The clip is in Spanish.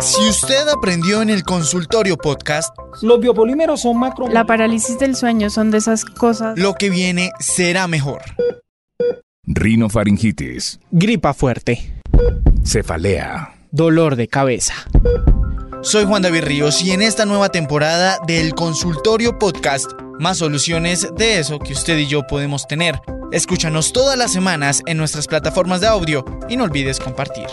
Si usted aprendió en el consultorio podcast, Los biopolímeros son macro. La parálisis del sueño son de esas cosas. lo que viene será mejor. Rinofaringitis. Gripa fuerte. Cefalea. Dolor de cabeza. Soy Juan David Ríos y en esta nueva temporada del consultorio podcast, más soluciones de eso que usted y yo podemos tener. Escúchanos todas las semanas en nuestras plataformas de audio y no olvides compartir.